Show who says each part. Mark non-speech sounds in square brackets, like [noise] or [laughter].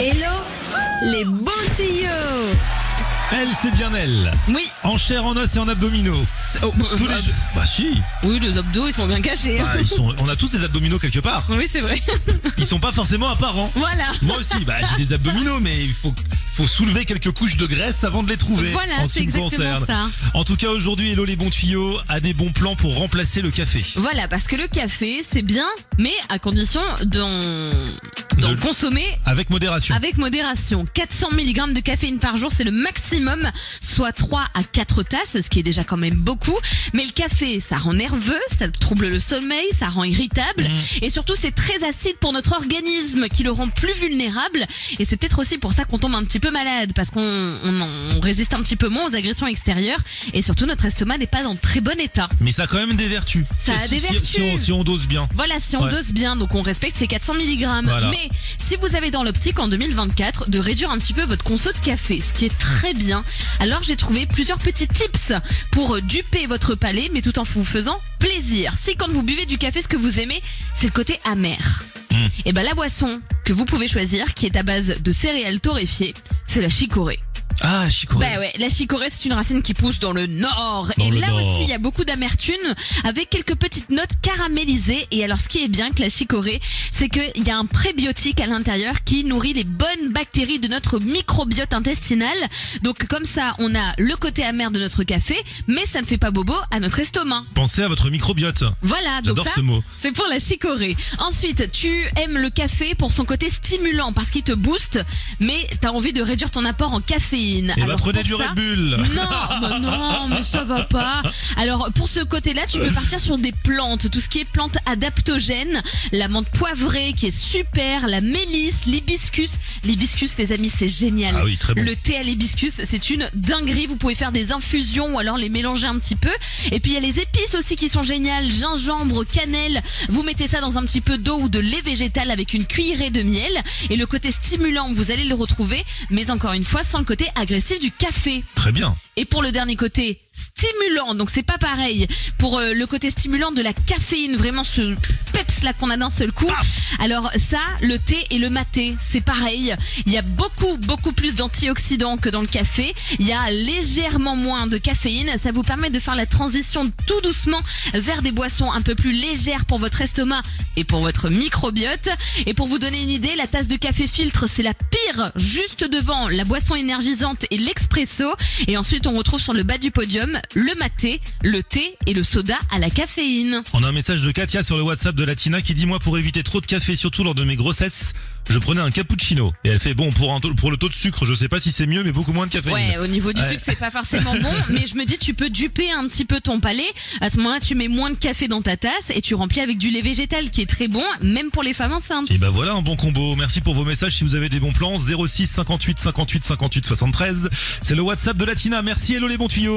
Speaker 1: Hello les beaux tuyaux
Speaker 2: Elle, c'est bien elle.
Speaker 1: Oui,
Speaker 2: En chair, en os et en abdominaux.
Speaker 1: c'est- oh, bah,
Speaker 2: Tous
Speaker 1: bah,
Speaker 2: les jeux- Bah si.
Speaker 1: oui, les abdos ils sont bien cachés. hein.
Speaker 2: Bah, ils sont... On a tous des abdominaux quelque part.
Speaker 1: Oui, c'est
Speaker 2: [laughs]
Speaker 1: vrai.
Speaker 2: Ils sont pas forcément apparents.
Speaker 1: Voilà.
Speaker 2: Moi aussi, bah j'ai des abdominaux, mais il faut faut soulever quelques couches de graisse avant de les trouver.
Speaker 1: Voilà,
Speaker 2: en ce
Speaker 1: c'est
Speaker 2: qui me
Speaker 1: exactement
Speaker 2: concerne.
Speaker 1: ça.
Speaker 2: En tout cas, aujourd'hui, Hello les bons tuyaux a des bons plans pour remplacer le café.
Speaker 1: Voilà, parce que le café, c'est bien, mais à condition d'en d'en
Speaker 2: De-
Speaker 1: consommer
Speaker 2: Avec modération.
Speaker 1: Avec modération. 400 mg de caféine par jour, c'est le maximum, soit 3 à 4 tasses, ce qui est déjà quand même beaucoup. Mais le café, ça rend nerveux, ça trouble le sommeil, ça rend irritable. Et surtout, c'est très acide pour notre organisme, qui le rend plus vulnérable. Et c'est peut-être aussi pour ça qu'on tombe un petit peu malade, parce qu'on on en- on résiste un petit peu moins aux agressions extérieures. Et surtout, notre estomac n'est pas dans très bon état.
Speaker 2: Mais ça a quand même des vertus.
Speaker 1: Ça a
Speaker 2: Si-
Speaker 1: des
Speaker 2: si-
Speaker 1: vertus.
Speaker 2: Si on, si on dose bien.
Speaker 1: Voilà, si on
Speaker 2: Ouais.
Speaker 1: dose bien, donc on respecte ces 400 mg.
Speaker 2: Voilà.
Speaker 1: Mais si vous avez dans l'optique en 2024 de réduire un petit peu votre conso de café, ce qui est très bien, alors j'ai trouvé plusieurs petits tips pour euh, duper votre palais, mais tout en vous faisant plaisir. Si quand vous buvez du café, ce que vous aimez, c'est le côté amer.
Speaker 2: Mm.
Speaker 1: Et ben la boisson que vous pouvez choisir, qui est à base de céréales torréfiées, c'est la chicorée.
Speaker 2: Ah, chicorée.
Speaker 1: Bah ouais, la chicorée c'est une racine qui pousse dans le nord
Speaker 2: Dans
Speaker 1: et
Speaker 2: le
Speaker 1: là
Speaker 2: nord.
Speaker 1: aussi il y a beaucoup d'amertume avec quelques petites notes caramélisées et alors ce qui est bien avec la chicorée c'est qu'il y a un prébiotique à l'intérieur qui nourrit les bonnes bactéries de notre microbiote intestinal donc comme ça on a le côté amer de notre café mais ça ne fait pas bobo à notre estomac
Speaker 2: Pensez à votre microbiote.
Speaker 1: voilà donc
Speaker 2: J'adore
Speaker 1: ça
Speaker 2: ce mot.
Speaker 1: c'est pour la chicorée. Ensuite, tu aimes le café pour son côté stimulant parce qu'il te booste, mais t'as envie de réduire ton apport en caféine.
Speaker 2: Et bah
Speaker 1: Alors,
Speaker 2: prenez
Speaker 1: pour
Speaker 2: du
Speaker 1: ça-
Speaker 2: Red Bull.
Speaker 1: non, mais non, mais ça va pas. Alors pour ce côté-là, tu peux partir sur des plantes, tout ce qui est plantes adaptogènes, la menthe poivrée qui est super, la mélisse, l'hibiscus. L'hibiscus, les amis, c'est génial.
Speaker 2: Ah oui, très bon.
Speaker 1: Le thé à l'hibiscus, c'est une dinguerie. Vous pouvez faire des infusions ou alors les mélanger un petit peu. Et puis il y a les épices aussi qui sont géniales. Gingembre, cannelle. Vous mettez ça dans un petit peu d'eau ou de lait végétal avec une cuillerée de miel. Et le côté stimulant, vous allez le retrouver. Mais encore une fois, sans le côté agressif du café.
Speaker 2: Très bien.
Speaker 1: Et pour le dernier côté, stimulant, donc c'est pas pareil. Pour euh, le côté stimulant de la caféine, vraiment ce peps là qu'on a d'un seul coup. Alors ça, le thé et le maté, c'est pareil. Il y a beaucoup, beaucoup plus d'antioxydants que dans le café. Il y a légèrement moins de caféine. Ça vous permet de faire la transition tout doucement vers des boissons un peu plus légères pour votre estomac et pour votre microbiote. Et pour vous donner une idée, la tasse de café filtre, c'est la pire juste devant la boisson énergisante et l'expresso. Et ensuite, on retrouve sur le bas du podium le maté, le thé et le soda à la caféine.
Speaker 2: On a un message de Katia sur le WhatsApp de Latina qui dit moi pour éviter trop de café surtout lors de mes grossesses, je prenais un cappuccino. Et elle fait bon pour un taux- pour le taux de sucre, je sais pas si c'est mieux mais beaucoup moins de caféine.
Speaker 1: Ouais, au niveau du
Speaker 2: Ouais.
Speaker 1: sucre, c'est pas forcément bon, mais je me dis, tu peux duper un petit peu ton palais. À ce moment-là, tu mets moins de café dans ta tasse et tu remplis avec du lait végétal qui est très bon, même pour les femmes enceintes.
Speaker 2: Et bah voilà un bon combo. Merci pour vos messages si vous avez des bons plans 06 58 58 58 73. C'est le WhatsApp de Latina. Merci hello les bons tuyaux.